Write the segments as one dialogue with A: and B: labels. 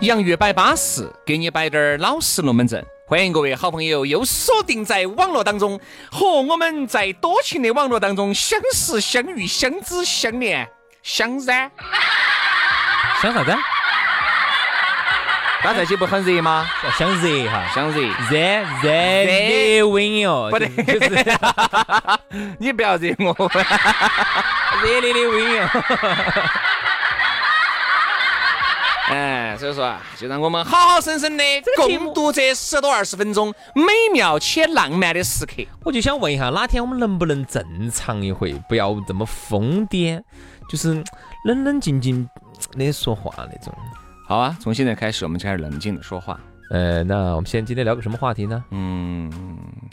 A: 洋芋摆巴适，给你摆点儿老实龙门阵。欢迎各位好朋友又锁定在网络当中，和我们在多情的网络当中相识、相遇、相知、相恋、相噻。
B: 想啥子？
A: 大家这些不很热吗？
B: 想热哈，
A: 相热。
B: 热热热温哟，不
A: 不对
B: 对，就是热烈
A: 你不要惹我，
B: 的温哟。
A: 哎，所以说啊，就让我们好好生生的共度这十多二十分钟美妙且浪漫的时刻。
B: 我就想问一下，哪天我们能不能正常一回，不要这么疯癫，就是冷冷静静的说话那种。
A: 好啊，从现在开始，我们就开始冷静的说话。
B: 呃，那我们先今天聊个什么话题呢？
A: 嗯，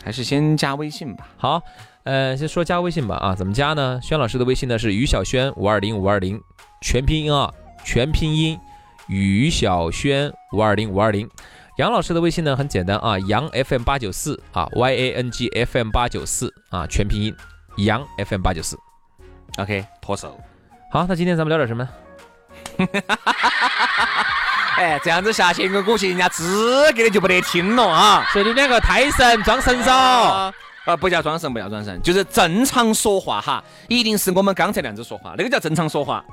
A: 还是先加微信吧。
B: 好，呃，先说加微信吧啊，怎么加呢？轩老师的微信呢是于小轩五二零五二零，全拼音啊，全拼音，于小轩五二零五二零。杨老师的微信呢很简单啊，杨 FM 八九四啊，Y A N G F M 八九四啊，全拼音，杨 FM 八九四。
A: OK，脱手。
B: 好，那今天咱们聊点什么呢？
A: 哎，这样子下去，我估计人家资格的就不得听了啊！
B: 所以你们两个太神装神手，
A: 啊，呃不叫装神，不叫装神，就是正常说话哈，一定是我们刚才那样子说话，那个叫正常说话，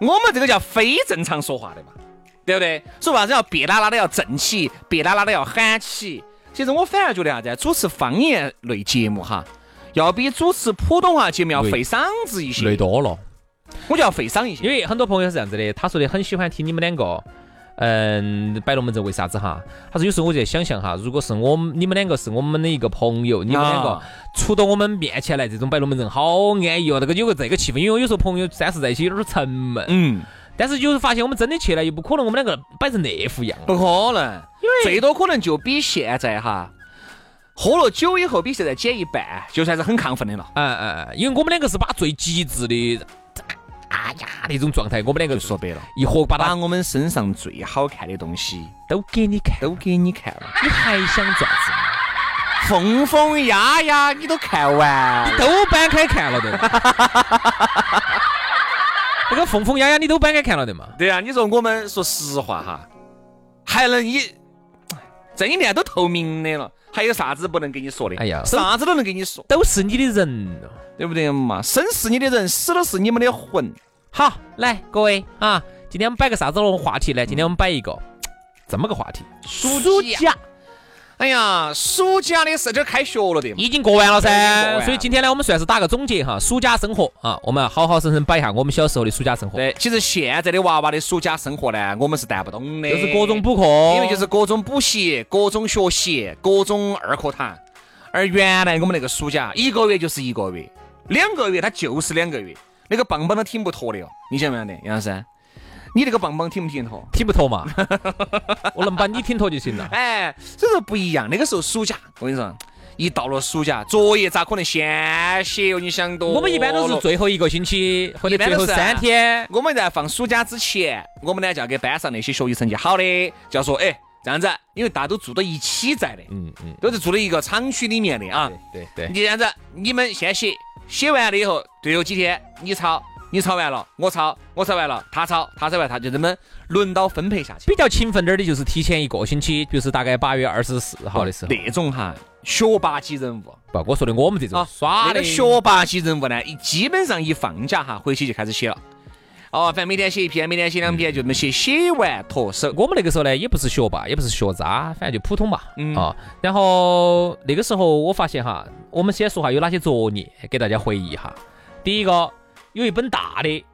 A: 我们这个叫非正常说话的嘛，对不对？所以为啥子要别啦啦的要正起，别啦啦的要喊起？其实我反而觉得啥子，啊主持方言类节目哈，要比主持普通话节目要
B: 累
A: 费嗓子一
B: 累
A: 些，
B: 多了。
A: 我就要费嗓一
B: 因
A: 些。
B: 为很多朋友是这样子的，他说的很喜欢听你们两个，嗯，摆龙门阵为啥子哈？他说有时候我就在想象哈，如果是我们你们两个是我们的一个朋友，你们两个
A: 啊
B: 出到我们面前来，这种摆龙门阵好安逸哦，那个有个这个气氛，因为有时候朋友三四在一起有点沉闷，
A: 嗯，
B: 但是就是发现我们真的去了，又不可能我们两个摆成那副样了。
A: 不可能，最多可能就比现在哈，喝了酒以后比现在减一半，就算是很亢奋的了。
B: 嗯嗯，嗯因为我们两个是把最极致的，啊呀那种状态，我们两个说
A: 白了，
B: 一伙把
A: 把
B: 它
A: 我们身上最好看的东西
B: 都给你看，
A: 都给你看了，
B: 你还想咋子？
A: 疯疯丫丫你都看完了，
B: 都搬开看了 的。那个疯疯丫丫你都搬开看了的嘛？
A: 对啊，你说我们说实话哈，还能以睁一面都透明的了，还有啥子不能跟你说的？
B: 哎呀
A: 啥子都能跟你说，
B: 都是你的人哦。
A: 对不对嘛？生是你的人，死了是你们的魂。
B: 好，来各位啊，今天我们摆个啥子话题呢？今天我们摆一个这么个话题：
A: 暑假，哎呀，暑假的事就开学了的嘛。
B: 已经过完了
A: 已经过完
B: 噻，
A: 了
B: 所以今天呢，我们算是打个总结哈，暑假生活啊，我们好好生生摆一下我们小时候的暑假生活，
A: 对，其实现在的娃娃的暑假生活呢，我们是谈不懂的，
B: 就是各种补课，
A: 因为就是各种补习、各种学习、各种二课堂。而原来我们那个暑假，一个月就是一个月，两个月它就是两个月，那个棒棒都挺不脱的哦。你晓不晓得，杨老师？你那个棒棒挺不挺得脱？
B: 听不透 嘛，我能把你听透就行了。
A: 哎，所以说不一样。那个时候暑假，我跟你说，一到了暑假，作业咋可能先写哦哟？你想多了。
B: 我们一般都是最后一个星期或者
A: 一般
B: 最
A: 都
B: 后
A: 是啊
B: 三天，
A: 我们在放暑假之前，我们呢就要给班上那些学习成绩好的，就要说，哎，这样子，因为大家都住到一起在的，
B: 嗯嗯，
A: 都是住到一个厂区里面的啊。
B: 对对，
A: 你这样子，你们先写，写完了以后，最后几天你抄，你抄完了，我抄，我抄完了，他抄，他抄完，他就这么轮到分配下去。
B: 比较勤奋点儿的就是提前一个星期，比如是大概八月二十四号的时候，
A: 那种哈，学霸级人物。
B: 不，我说的我们这种
A: 啊，
B: 耍
A: 那
B: 的
A: 个学霸级人物呢，一基本上一放假哈，回去就开始写了。哦，反正每天写一篇，每天写两篇，就这么写，写完脱手。
B: 我们那个时候呢，也不是学霸，也不是学渣，反正就普通吧，
A: 嗯
B: 啊。然后那个时候我发现哈，我们先说下有哪些作业，给大家回忆一下。第一个有一本大的，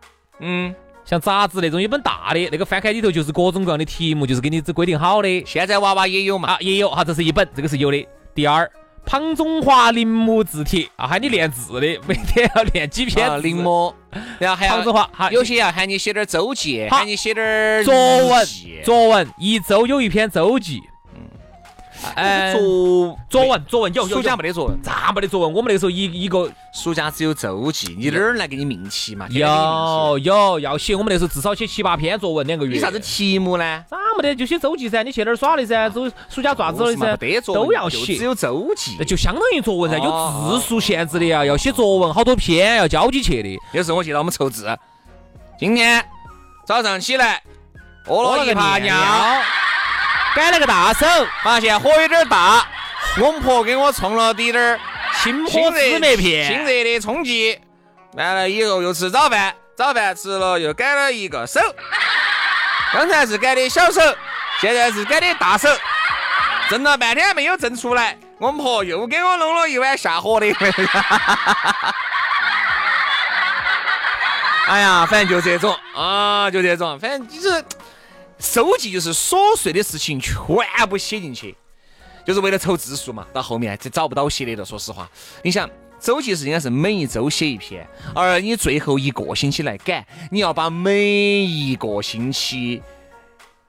A: 嗯，
B: 像杂志那种，有一本大的，那个翻开里头就是各种各样的题目，就是给你只规定好的
A: 现在娃娃也有嘛。
B: 啊，也有哈，这是一本，这个是有的。第二，庞中华临摹字帖啊，喊你练字的，每天要练几篇
A: 啊，
B: 字
A: 临。摹，然后还
B: 庞中
A: 要
B: 华哈，
A: 有些要喊你写点周记，
B: 好
A: 喊你写点
B: 作
A: 日
B: 文
A: 记，
B: 作文一周有一篇周记。嗯，
A: 啊作
B: 作文作文有有
A: 暑假
B: 有
A: 没得作文，
B: 咋没得作文？我们那个时候一一个
A: 暑假只有周记，你哪儿来给你命题嘛？天天给你命
B: 有有要写，我们那时候至少写七八篇作文，两个
A: 题
B: 月。
A: 有啥子？题目呢？
B: 咋没得？就写周记噻，你去哪儿耍的噻，周暑假爪子了
A: 哦嘛
B: 噻
A: 不，得作文
B: 都要
A: 就
B: 写
A: 只。有周记
B: 那。就相当于作文噻，有
A: 哦
B: 字数限制的呀，要写作文好多篇，要交起去的。
A: 有时候我记得我们凑字，今天早上起来屙了一泡尿，
B: 改了个大手，
A: 发现火有点大，我们婆给我冲了滴点儿
B: 清
A: 清
B: 火紫梅
A: 热清
B: 片，
A: 热的冲剂，完了以后又吃早饭，早饭吃了又改了一个手，刚才是改的小手，现在是改的大手，挣了半天没有挣出来，我们婆又给我弄了一碗下火的。哎呀，反正就这种啊，就这种，反正就是收集，就是琐碎的事情全部写进去，就是为了凑字数嘛。到后面这找不到写的了，说实话，你想。周记是应该是每一周写一篇，而你最后一个星期来赶，你要把每一个星期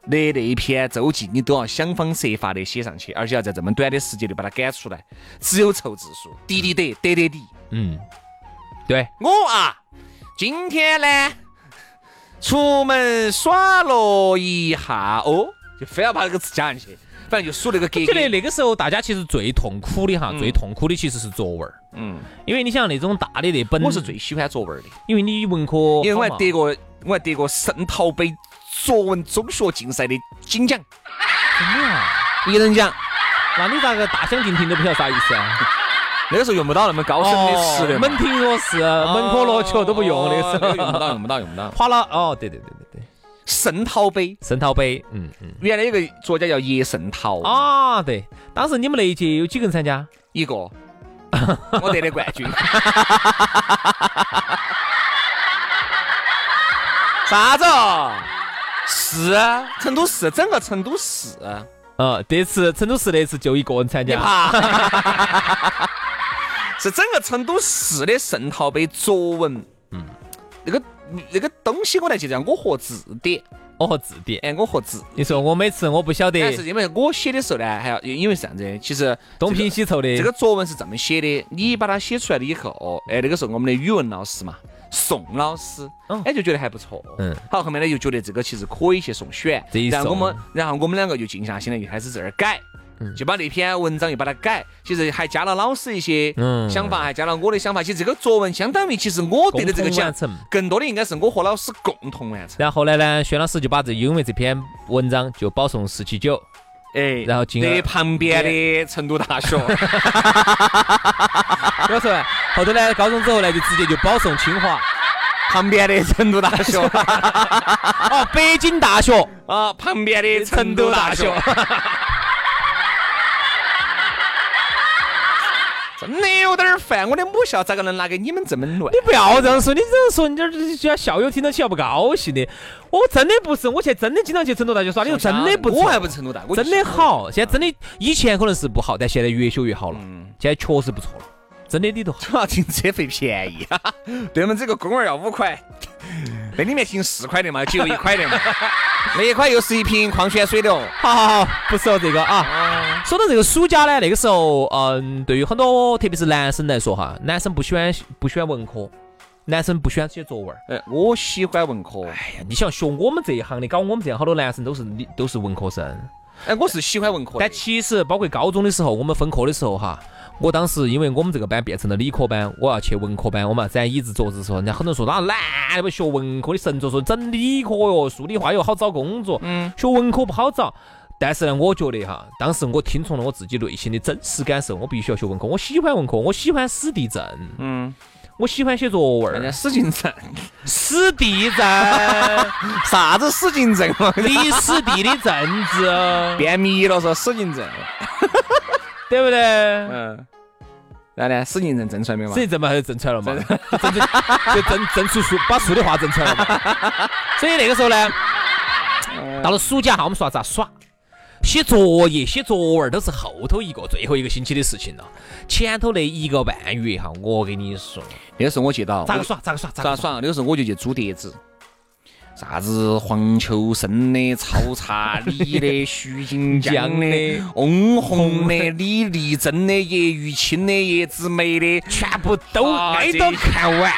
A: 的那一篇周记，你都要想方设法的写上去，而且要在这么短的时间内把它赶出来，只有凑字数，滴滴得得得滴。
B: 嗯，对，
A: 我啊，今天呢，出门耍了一下哦，就非要把这个词加进去，反正就数那个格
B: 我觉得
A: 格。
B: 那个时候大家其实最痛苦的哈，
A: 嗯
B: 最痛苦的其实是作文儿，
A: 嗯，
B: 因为你想那种大的那本，
A: 我是最，喜欢作文的，
B: 因为你文科，
A: 因为我还得过，我还得过圣淘杯作文中学竞赛的金奖，
B: 什么呀？
A: 一等奖。
B: 那你咋个大相径庭都不晓得啥意思啊？哦
A: 那个时候用不到那么高深的哦词的嘛，
B: 门庭若市，哦啊门可罗雀都不用那个时候，
A: 哦用不到，用不到，用不到。
B: 花了哦，对对对对对，
A: 圣淘杯，
B: 圣淘杯，嗯嗯，
A: 原来有个作家叫叶圣陶，
B: 啊对，当时你们那一届有几个人参加？
A: 一个，我得的冠 军。啥子哦？是啊成都市，整个成都市，
B: 啊，这次成都市那次就一个人参
A: 你
B: 加，
A: 怕？ 是整个成都市的圣淘杯作文，嗯，那个那个东西我来记得，我和字典，
B: 我和哦字典。
A: 哎，我和字
B: 你说我每次我不晓得
A: 但是因为我写的时候呢，还要因为是这样子，其实
B: 东拼西凑的
A: 这个作文是这么写的，你把它写出来了以后，哎，那个时候我们的语文老师嘛，宋老师
B: 嗯，
A: 哎，就觉得还不错。
B: 嗯，
A: 好，后面呢又觉得这个其实可以去送选
B: 这一，
A: 然后我
B: 送
A: 们，然后我们两个就静下心来，就开始在这儿改。
B: 嗯
A: 就把那篇文章又把它改，其实还加了老师一些
B: 嗯
A: 想法，还加了我的想法。其实这个作文相当于，其实我得的这个
B: 共同完
A: 奖
B: 成，
A: 更多的应该是我和老师共同完成。
B: 然后后来呢，轩老师就把这因为这篇文章就保送四七九，
A: 哎，
B: 然后进而
A: 对旁边的成都大学。
B: 我说后头呢，高中之后呢就直接就保送清华，
A: 旁边的成都大学
B: 哦，北京大学，
A: 啊，旁边的成都大学， 真的有点儿烦。我的母校咋个能拿给你们这么乱？
B: 你不要这样说，你这样说，你这这这校友听到起要不高兴的。我真的不是，我现在真的经常去成都大学耍，你说真的不错
A: 我还不是成都大，我就
B: 真的好，现在真的以前可能是不好，但现在越修越好了，
A: 嗯
B: 现在确实不错了，真的里头好。
A: 主要停车费便宜， 对我们这个公园要五块，那里面停四块的嘛，只有一块的嘛，那一块又是一瓶矿泉水的哦。
B: 好好好，不说这个啊。说到这个暑假呢，那个时候，嗯，对于很多特别是男生来说哈，男生不喜欢不喜欢文科，男生不喜欢写作文。
A: 哎，我喜欢文科，
B: 哎呀，你想学我们这一行的，搞我们这样好多男生都是理都是文科生，
A: 哎，我是喜欢文科的
B: 但。其实包括高中的时候，我们分科的时候哈。我当时因为我们这个班变成了理科班，我要去文科班，我们要粘椅子桌子的时候，人家很多人说哪男的不学文科的神作，说整理科哟，数理化哟好找工作，
A: 嗯，
B: 学文科不好找。
C: 但是呢，我觉得哈，当时我听从了我自己内心的真实感受，我必须要学文科。我喜欢文科，我喜欢史地政，
A: 嗯，
C: 我喜欢写作
A: 人
C: 文
A: 家
C: 儿，
A: 哎史进证，
C: 史地政、
A: 啥子史进证嘛？
C: 历史地的政治，
A: 变迷了说史进证，
C: 对不对？
A: 嗯，然后呢，史进证证出来没有嘛
C: 所？以这么还是挣出来了嘛，就挣出就挣挣出书，把书的话挣出来了嘛。 所以那个时候呢，到了暑假哈，我们耍咋耍？写作业、写作文都是后头一个、最后一个星期的事情了。前头那一个半月哈，我跟你说，
A: 那个时候我记到
C: 咋个耍？咋个耍？咋
A: 咋
C: 个耍？
A: 耍？那个时候我就去租碟子，啥子黄秋生的、曹查理 的、徐锦江的、翁虹的、李丽珍的、叶玉卿的、叶子梅的、
C: 全部都挨
A: 啊
C: 到
A: 这
C: 看完。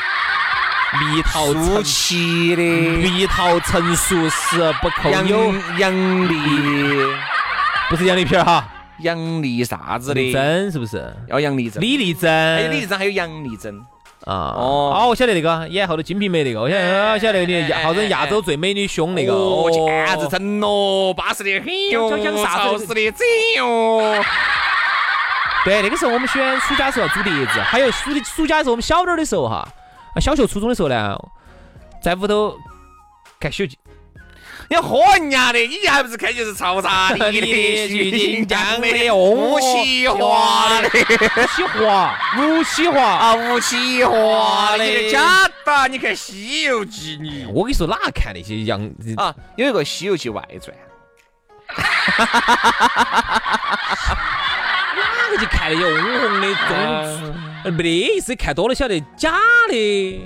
C: 蜜桃
A: 舒
C: 成
A: 淇的、
C: 蜜桃成熟时不扣
A: 杨
C: 有，
A: 杨丽、
C: 不是杨丽萍儿哈，
A: 杨丽啥子
C: 丽
A: 的，
C: 珍是不是？哎
A: 要杨丽珍，
C: 李丽珍，
A: 还有李丽珍，还有杨丽珍。
C: 啊
A: 哦哎
C: 哦，我晓得那个演后头《金瓶梅》那个，我晓得，哦我晓得那个亚，号称亚洲最美女胸那个，
A: 哦，简直
C: 哦，
A: 真咯，巴适的很哟，
C: 就像啥
A: 潮
C: 子
A: 湿的哦这 哟。
C: 对，那个时候我们喜欢暑假时候要租碟子，还有
A: 哎
C: 暑暑假的时候，我们小点儿的时候哈，啊，小学初中的时候呢，在屋头看《西游记
A: 你喝人家的，你还不是开就是潮 啥》，的
C: 你的
A: 徐
C: 徐
A: 锦
C: 锦
A: 江
C: 江
A: 的、
C: 的
A: 吴
C: 翁
A: 启华的
C: 吴启华，吴启华，
A: 啊，吴启华的，啊
C: 嘞
A: 你的假的，你看《西游记》你
C: 啊我跟你说，哪看那些洋
A: 啊，有一个《西游记外传》，
C: 哪个去看那些翁虹的中，呃没得意思，看多了晓得假的。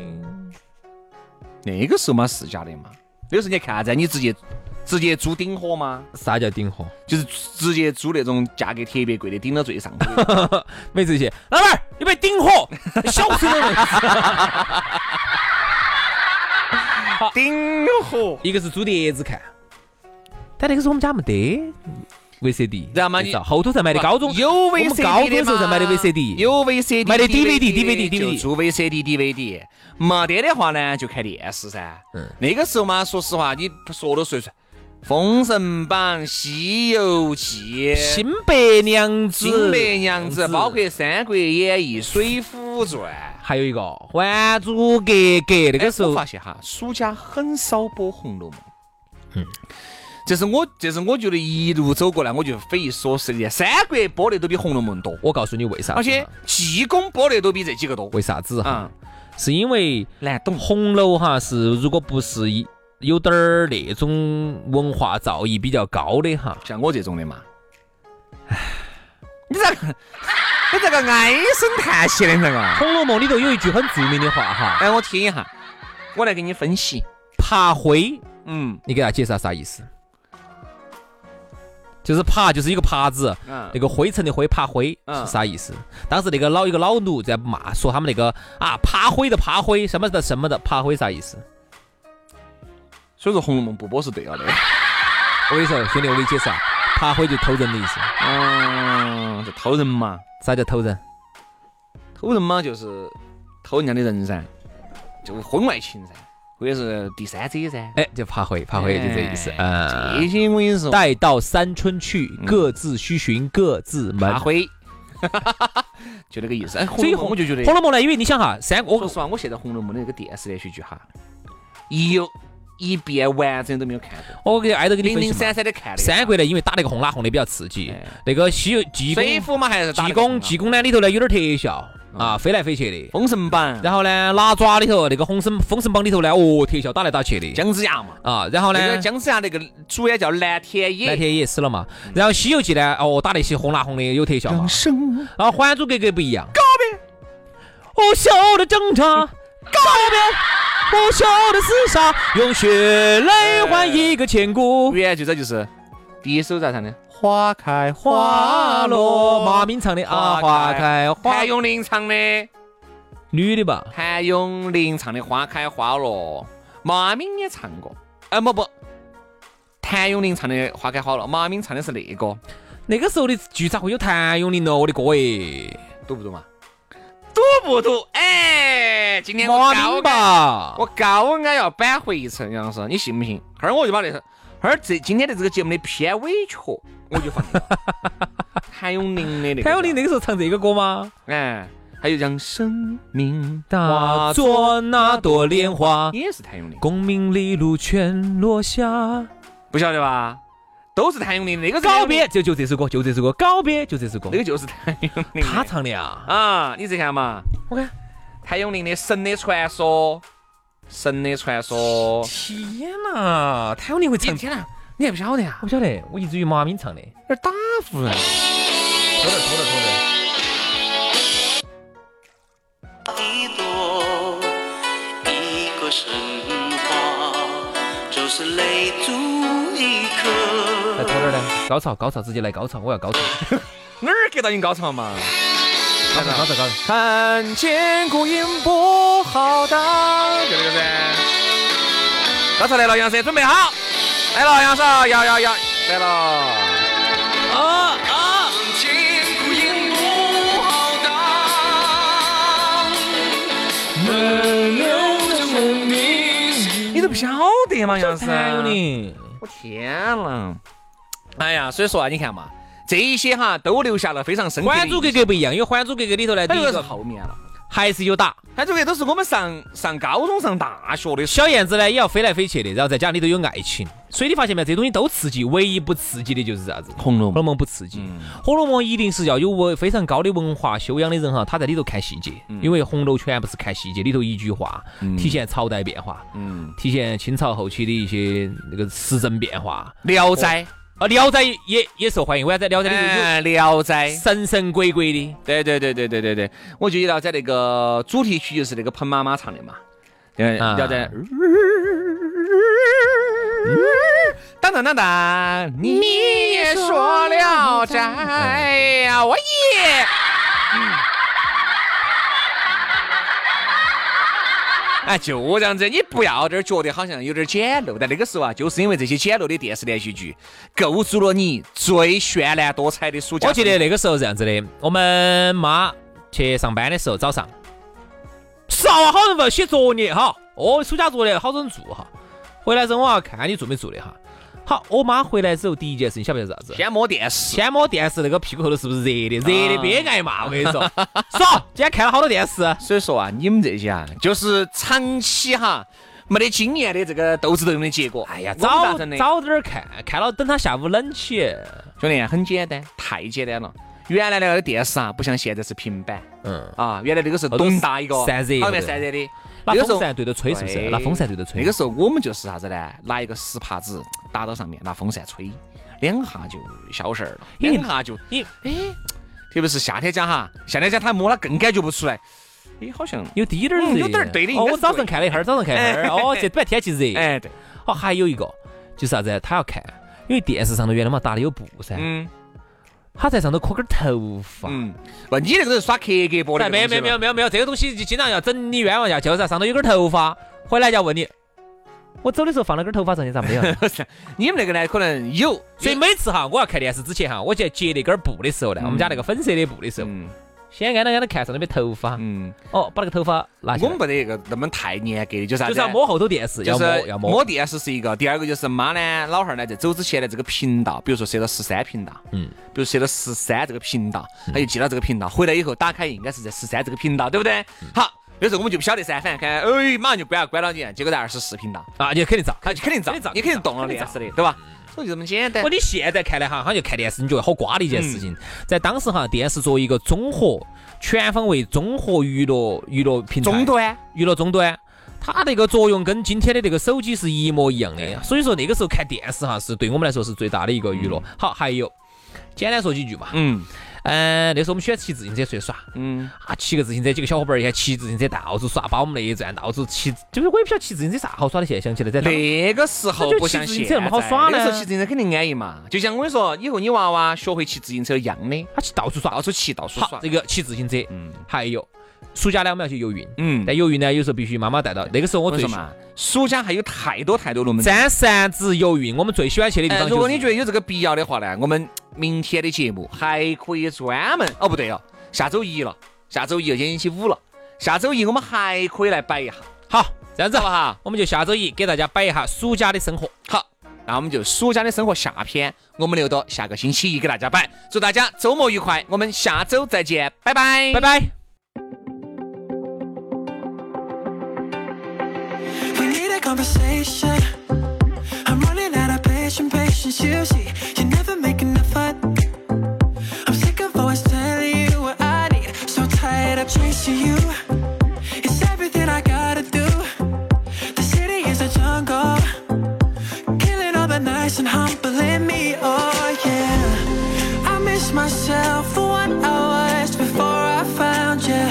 A: 那个时候嘛是假的嘛，那个时候你看啥子啊？你直接直接租顶火吗？
C: 啥叫顶货？
A: 就是直接租那种价格特别贵的，顶到最上头 的。
C: 每次去，老板儿，你别顶火，小声点。
A: 顶火。
C: 一个是租碟子看，但那个时候我们家没得 VCD，
A: 然后嘛你
C: 你知道后头才买的高中
A: 有 VCD
C: 我们高中时候才买的 VCD
A: 有 VCD，
C: 买的 DVD DVD
A: 就做 VCD DVD，没得的话呢就看电视噻。嗯
C: 嗯，
A: 那个时候嘛，说实话，你说都说出来，《封神榜》《西游记》
C: 《
A: 《
C: 新白娘子》
A: 金白娘子》，
C: 子
A: 包括《三国演义》《水浒传》。
C: 还有一个《还珠格格》，那
A: 那
C: 个时候
A: 发现哈，暑假很少播《红楼梦》。嗯，这是我，这是我觉得一路走过来，我觉得匪夷所思的。三国播的都比《红楼梦》多。
C: 我告诉你为啥子哈，
A: 而且济公播的都比这几个多。
C: 为啥子哈
A: 啊，，
C: 是因为
A: 难懂。
C: 红楼哈是如果不是一有点儿那种文化造诣比较高的哈，
A: 像我这种的嘛，你咋个， 你咋个唉声叹气的那
C: 《
A: 个？
C: 红楼梦》里头有一句很著名的话哈，
A: 哎，我听一下，我来给你分析。
C: 爬灰
A: 嗯
C: 你给大家解释下啥意思？就是爬，就是一个耙子，
A: 嗯
C: 那，个灰尘的灰，爬灰
A: 嗯
C: 是啥意思？当时那个老一个老奴在骂，说他们那个啊爬灰的爬灰什么的什么的爬灰啥意思？
A: 所以说《红楼梦》不播是对了 的。
C: 我跟你说，兄弟，我给你解释啊，爬灰就偷人的意思。
A: 嗯，就偷人嘛，
C: 啥叫偷人？
A: 偷人嘛就是偷人家的人噻，就婚外情噻，或者是第三者噻。
C: 哎，就爬灰，爬灰就这意思。
A: 哎这
C: 嗯，
A: 些我跟你说，
C: 待到三春去，各自须寻各自门
A: 大。灰， 就那个意思。哎，红
C: 所以
A: 楼梦我就觉得
C: 《红楼梦》呢，因为你想哈，三
A: 说
C: 我
A: 实话，我现在《红楼梦》的那个电视连续剧哈，一有一遍完整都没有看过，
C: 我给挨着给你
A: 零零
C: 分析嘛。
A: 散散的看的。
C: 三国呢，因为打那个红拉红的比较刺激
A: 哎，
C: 那个西游济公
A: 水浒嘛还是打
C: 济
A: 得过
C: 公
A: 嘛
C: 济公呢里头呢有点特效啊，
A: 嗯
C: 飞来飞去的。
A: 封神榜，
C: 然后呢，哪吒里头那个红绳封神榜里头呢，哦，特效打来打去的
A: 姜子牙嘛，
C: 啊。然后呢
A: 那，个姜子牙那个主演叫蓝天
C: 那
A: 野，
C: 天也死了嘛。然后《西游记》呢，哦，打那些红辣红的有特效嘛。然后《还珠格格》不一样。告别，我笑的挣扎。告别，我笑的厮杀，用血泪换一个千古。
A: 原剧这就是第一首咋唱的？
C: 花开花落，马明唱的啊，
A: 花
C: 花
A: 开
C: 开花
A: 谭。咏麟唱的，
C: 女的吧？
A: 谭咏麟唱的《花开花落》，马敏也唱过，哎不不，谭咏麟唱的《花开花落》，马敏唱的是那个，
C: 那个时候的剧咋会有谭咏麟咯？我的哥耶！
A: 堵不堵嘛？堵不堵？哎，今天我
C: 马
A: 高
C: 明
A: 吧，
C: 吧
A: 我？高矮要扳回一城。杨老师，你信不信？后儿我就把那首《而这今天的这个节目的片尾曲，我就放这 个谭咏麟的那个，
C: 谭咏麟那，个时候唱这个歌吗？
A: 哎，还有让生命
C: 打作那朵莲花，
A: 也是谭咏麟，
C: 功名利禄全落下。
A: 不晓得吧？都是谭咏麟的那个是
C: 告别，就就这首歌，就这首歌，告别，就这首歌
A: 谭咏麟，那。个就是谭咏麟的。
C: 他唱的啊，
A: 啊，你再看嘛，
C: 我看，
A: 谭咏麟的《神的传说》，《神的传说》，
C: 天哪，谭咏麟会 唱，
A: 天哪，你还不晓得啊呀
C: 我？不晓得，我一直以为马敏唱的。
A: 有点打呼了。
C: 偷点，偷点，偷点。
D: 一朵一个神话，就是泪珠一
C: 来
D: 颗
C: 偷。点来，高潮高潮，直接来高潮，我要高潮，
A: 哪儿给到你高潮嘛？
C: 高潮高潮高潮，
A: 看千古烟波浩荡，就这个噻。高潮来了，杨师，准备好，来了，杨师，摇摇摇，来了。啊啊！千古烟波浩荡，你都不晓得嘛，杨师？
C: 谭咏麟，
A: 我天呐！哎呀，所以说啊，你看嘛，这一些哈都留下了非常深
C: 《
A: 刻的
C: 还珠格格》不一样，因为《还珠格格》里头呢，
A: 还
C: 第
A: 有
C: 一
A: 个是
C: 个
A: 后面了，
C: 还是有打。
A: 还这个都是我们上上高中、上大学的时
C: 小燕子呢也要飞来飞去的，然后再加上里头有爱情，所以你发现没有，这东西都刺激，唯一不刺激的就是啥子？
A: 候。红楼
C: 《红楼，梦》不刺激，
A: 嗯
C: 红楼梦》一定是要有文非常高的文化修养的人哈，他在里头看细节，
A: 嗯
C: 因为红楼全部是看细节，里头一句话体现朝代变化，
A: 嗯，
C: 体现清朝后期的一些那个时政变化。
A: 《聊斋》
C: 啊，《聊斋》也也受欢迎，为啥子《聊斋》里头
A: 哎，《聊斋
C: 有》神神鬼鬼的？
A: 对对对对对对对，我记得《聊斋》那个主题曲就是那个彭妈妈唱的嘛，嗯，《
C: 啊
A: 聊斋》。当当当当，你也说聊斋呀，我也。嗯哎，就这样子，你不要这儿觉得好像有点简陋，但那个时候啊，就是因为这些简陋的电视连续剧，构筑了你最绚烂多彩的暑假。
C: 我记得那个时候是这样子的，我们妈去上班的时候早上，啥娃好人不写作业哈，哦，暑假作业好人做哈，回来之后我要看你做没做的哈。好，我妈回来之后第一件事情晓不晓得啥子？
A: 先摸电视，
C: 先摸电视那个屁股后头是不是热的？热
A: 啊
C: 的别挨骂，我跟你 说。嫂，今天看了好多电视。
A: 所以说啊，你们这些啊，就是长期哈没得经验的这个斗智斗勇的结果。哎呀，
C: 早
A: 真的？
C: 早点儿看，看了等他下午冷起。
A: 兄弟，很简单，太简单了。原来那个电视啊，不像现在是平板
C: 嗯，
A: 啊，原来那个是
C: 后头
A: 咚大一个，
C: 散热
A: 后面散热的。
C: 拿
A: 那个时
C: 风
A: 候
C: 扇对着吹是不是？
A: 对
C: 拿风扇对着吹。
A: 那个时候我们就是啥子呢？拿一个湿帕子打到上面，拿风扇吹，两下就消事儿了，
C: 因为
A: 两下就，
C: 因
A: 哎，特别是夏天家哈，夏天家他摸他更感觉不出来，哎，好像，
C: 有滴点儿热，
A: 嗯有点儿对的
C: 哦，
A: 应该
C: 我
A: 是
C: 早上看了一会儿，早上看了一会儿。哦，这本来天气热。
A: 哎，对，
C: 哦，还有一个就是啥子？他要看，因为电视上头原来嘛打的有布噻，
A: 嗯。
C: 他在上头磕根儿头发。
A: 嗯，不，你那个是耍克格勃的
C: 但
A: 东西
C: 没
A: 嘛，
C: 有没有没有没有没有，这个东西就经常要整你冤枉一下，就是在上头有根儿头发，回来就要问你，我走的时候放了根儿头发上去咋没 有？
A: 你们那个呢，可能有，
C: 所以每次哈，我要看电视之前哈，我去接那根儿布的时候呢，
A: 嗯
C: 我们家那个粉色的布的时候，
A: 嗯
C: 先按到按到看上那边头发，
A: 嗯，
C: 哦，把那个头发拿下
A: 我们
C: 来，
A: 不得一个那么太严格的，就是啥
C: 就
A: 子
C: 是要
A: 呢？
C: 摸后头电视，
A: 就
C: 要摸
A: 是
C: 要摸
A: 摸，电视是一个，第二个就是妈呢，老汉儿呢在走之前的这个频道，比如说设到十三频道，
C: 嗯，
A: 比如设到十三这个频道，他就记到这个频道，回来以后打开应该是在十三这个频道，对不对？
C: 嗯
A: 好，有时候我们就不晓得噻，反正看，哎，马上就关了，关了你，结果在二十四频道，
C: 啊，你肯定照。
A: 他就肯定
C: 肯定嗯
A: 照
C: 照，
A: 你肯定动了电视的，对吧？所以就这么简单
C: 我。你现在看来哈，好像看电视，你觉得好瓜的一件事情。在当时哈，电视作为一个综合、全方位综合娱乐娱乐平台、
A: 终端，
C: 娱乐终端，它的一个作用跟今天的这个手机是一模一样的。所以说那个时候看电视哈，是对我们来说是最大的一个娱乐。好，还有简单说几句嘛。
A: 嗯
C: 嗯，那时候我们喜欢骑自行车出去耍。
A: 嗯。
C: 啊，骑个自行车，几个小伙伴儿一看骑自行车到处耍，把我们那一转到处骑，就是我也不晓得骑自行车啥好耍的。现在想起来，在当
A: 那个时候不像现在，
C: 那就骑自行车那么好耍呢
A: 那个时候骑自行车肯定安逸嘛，就像我跟你说，以后你娃娃学会骑自行车一样的，
C: 他骑到处耍，
A: 到处骑，到处
C: 好
A: 耍，
C: 这。个骑自行车，
A: 嗯
C: 还有暑假呢，我们要去游泳。
A: 嗯，
C: 但游泳呢，有时候必须妈妈带到。那个时候我
A: 我跟
C: 最
A: 你说
C: 喜
A: 嘛，暑假还有太多太多龙门阵。
C: 沾三子游泳，我们最喜欢去的地
A: 哎
C: 方就是。
A: 如果你觉得有这个必要的话呢，我们明天的节目还可以专门哦，不对哦，下周一了，下周一今天星期五了，下周一我们还可以来摆一下，
C: 好这样子
A: 好不，好？
C: 我们就下周一给大家摆一下暑假的生活。
A: 好，那我们就暑假的生活下篇，我们留到下个星期一给大家摆。祝大家周末愉快，我们下周再见，拜拜，
C: 拜。拜。
E: We need a conversation. I'm running out of patience, patience. You see, you never make enough fun. I'm sick of always telling you what I need. So tired of chasing you. It's everything I gotta do. The city is a jungle. Killing all the nights and humbling me. Oh yeah. I miss myself for what I was before I found you.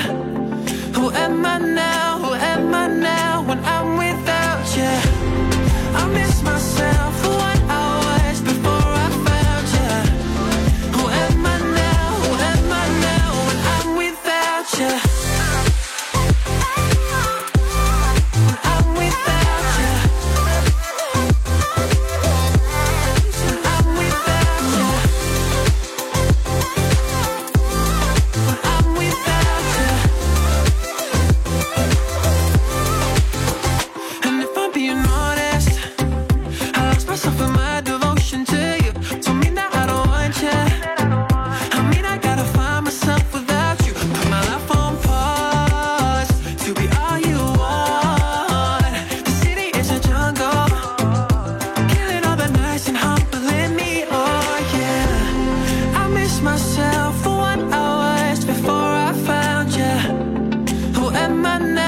E: Who am I now? Who am I now when I'm without you? I miss myself for what I was before I found you. Who am I now? Who am I now when I'm without you? When I'm without you. When I'm without you. When I'm without you. And if I'm being honest, I lost myself in my devotion to you. Told me that I don't want you. I mean, I gotta find myself without you. Put my life on pause to be all you want. The city is a jungle, killing all the nights and humbling me. Oh yeah, I miss myself for what I was before I found you. Who am I now? Oh,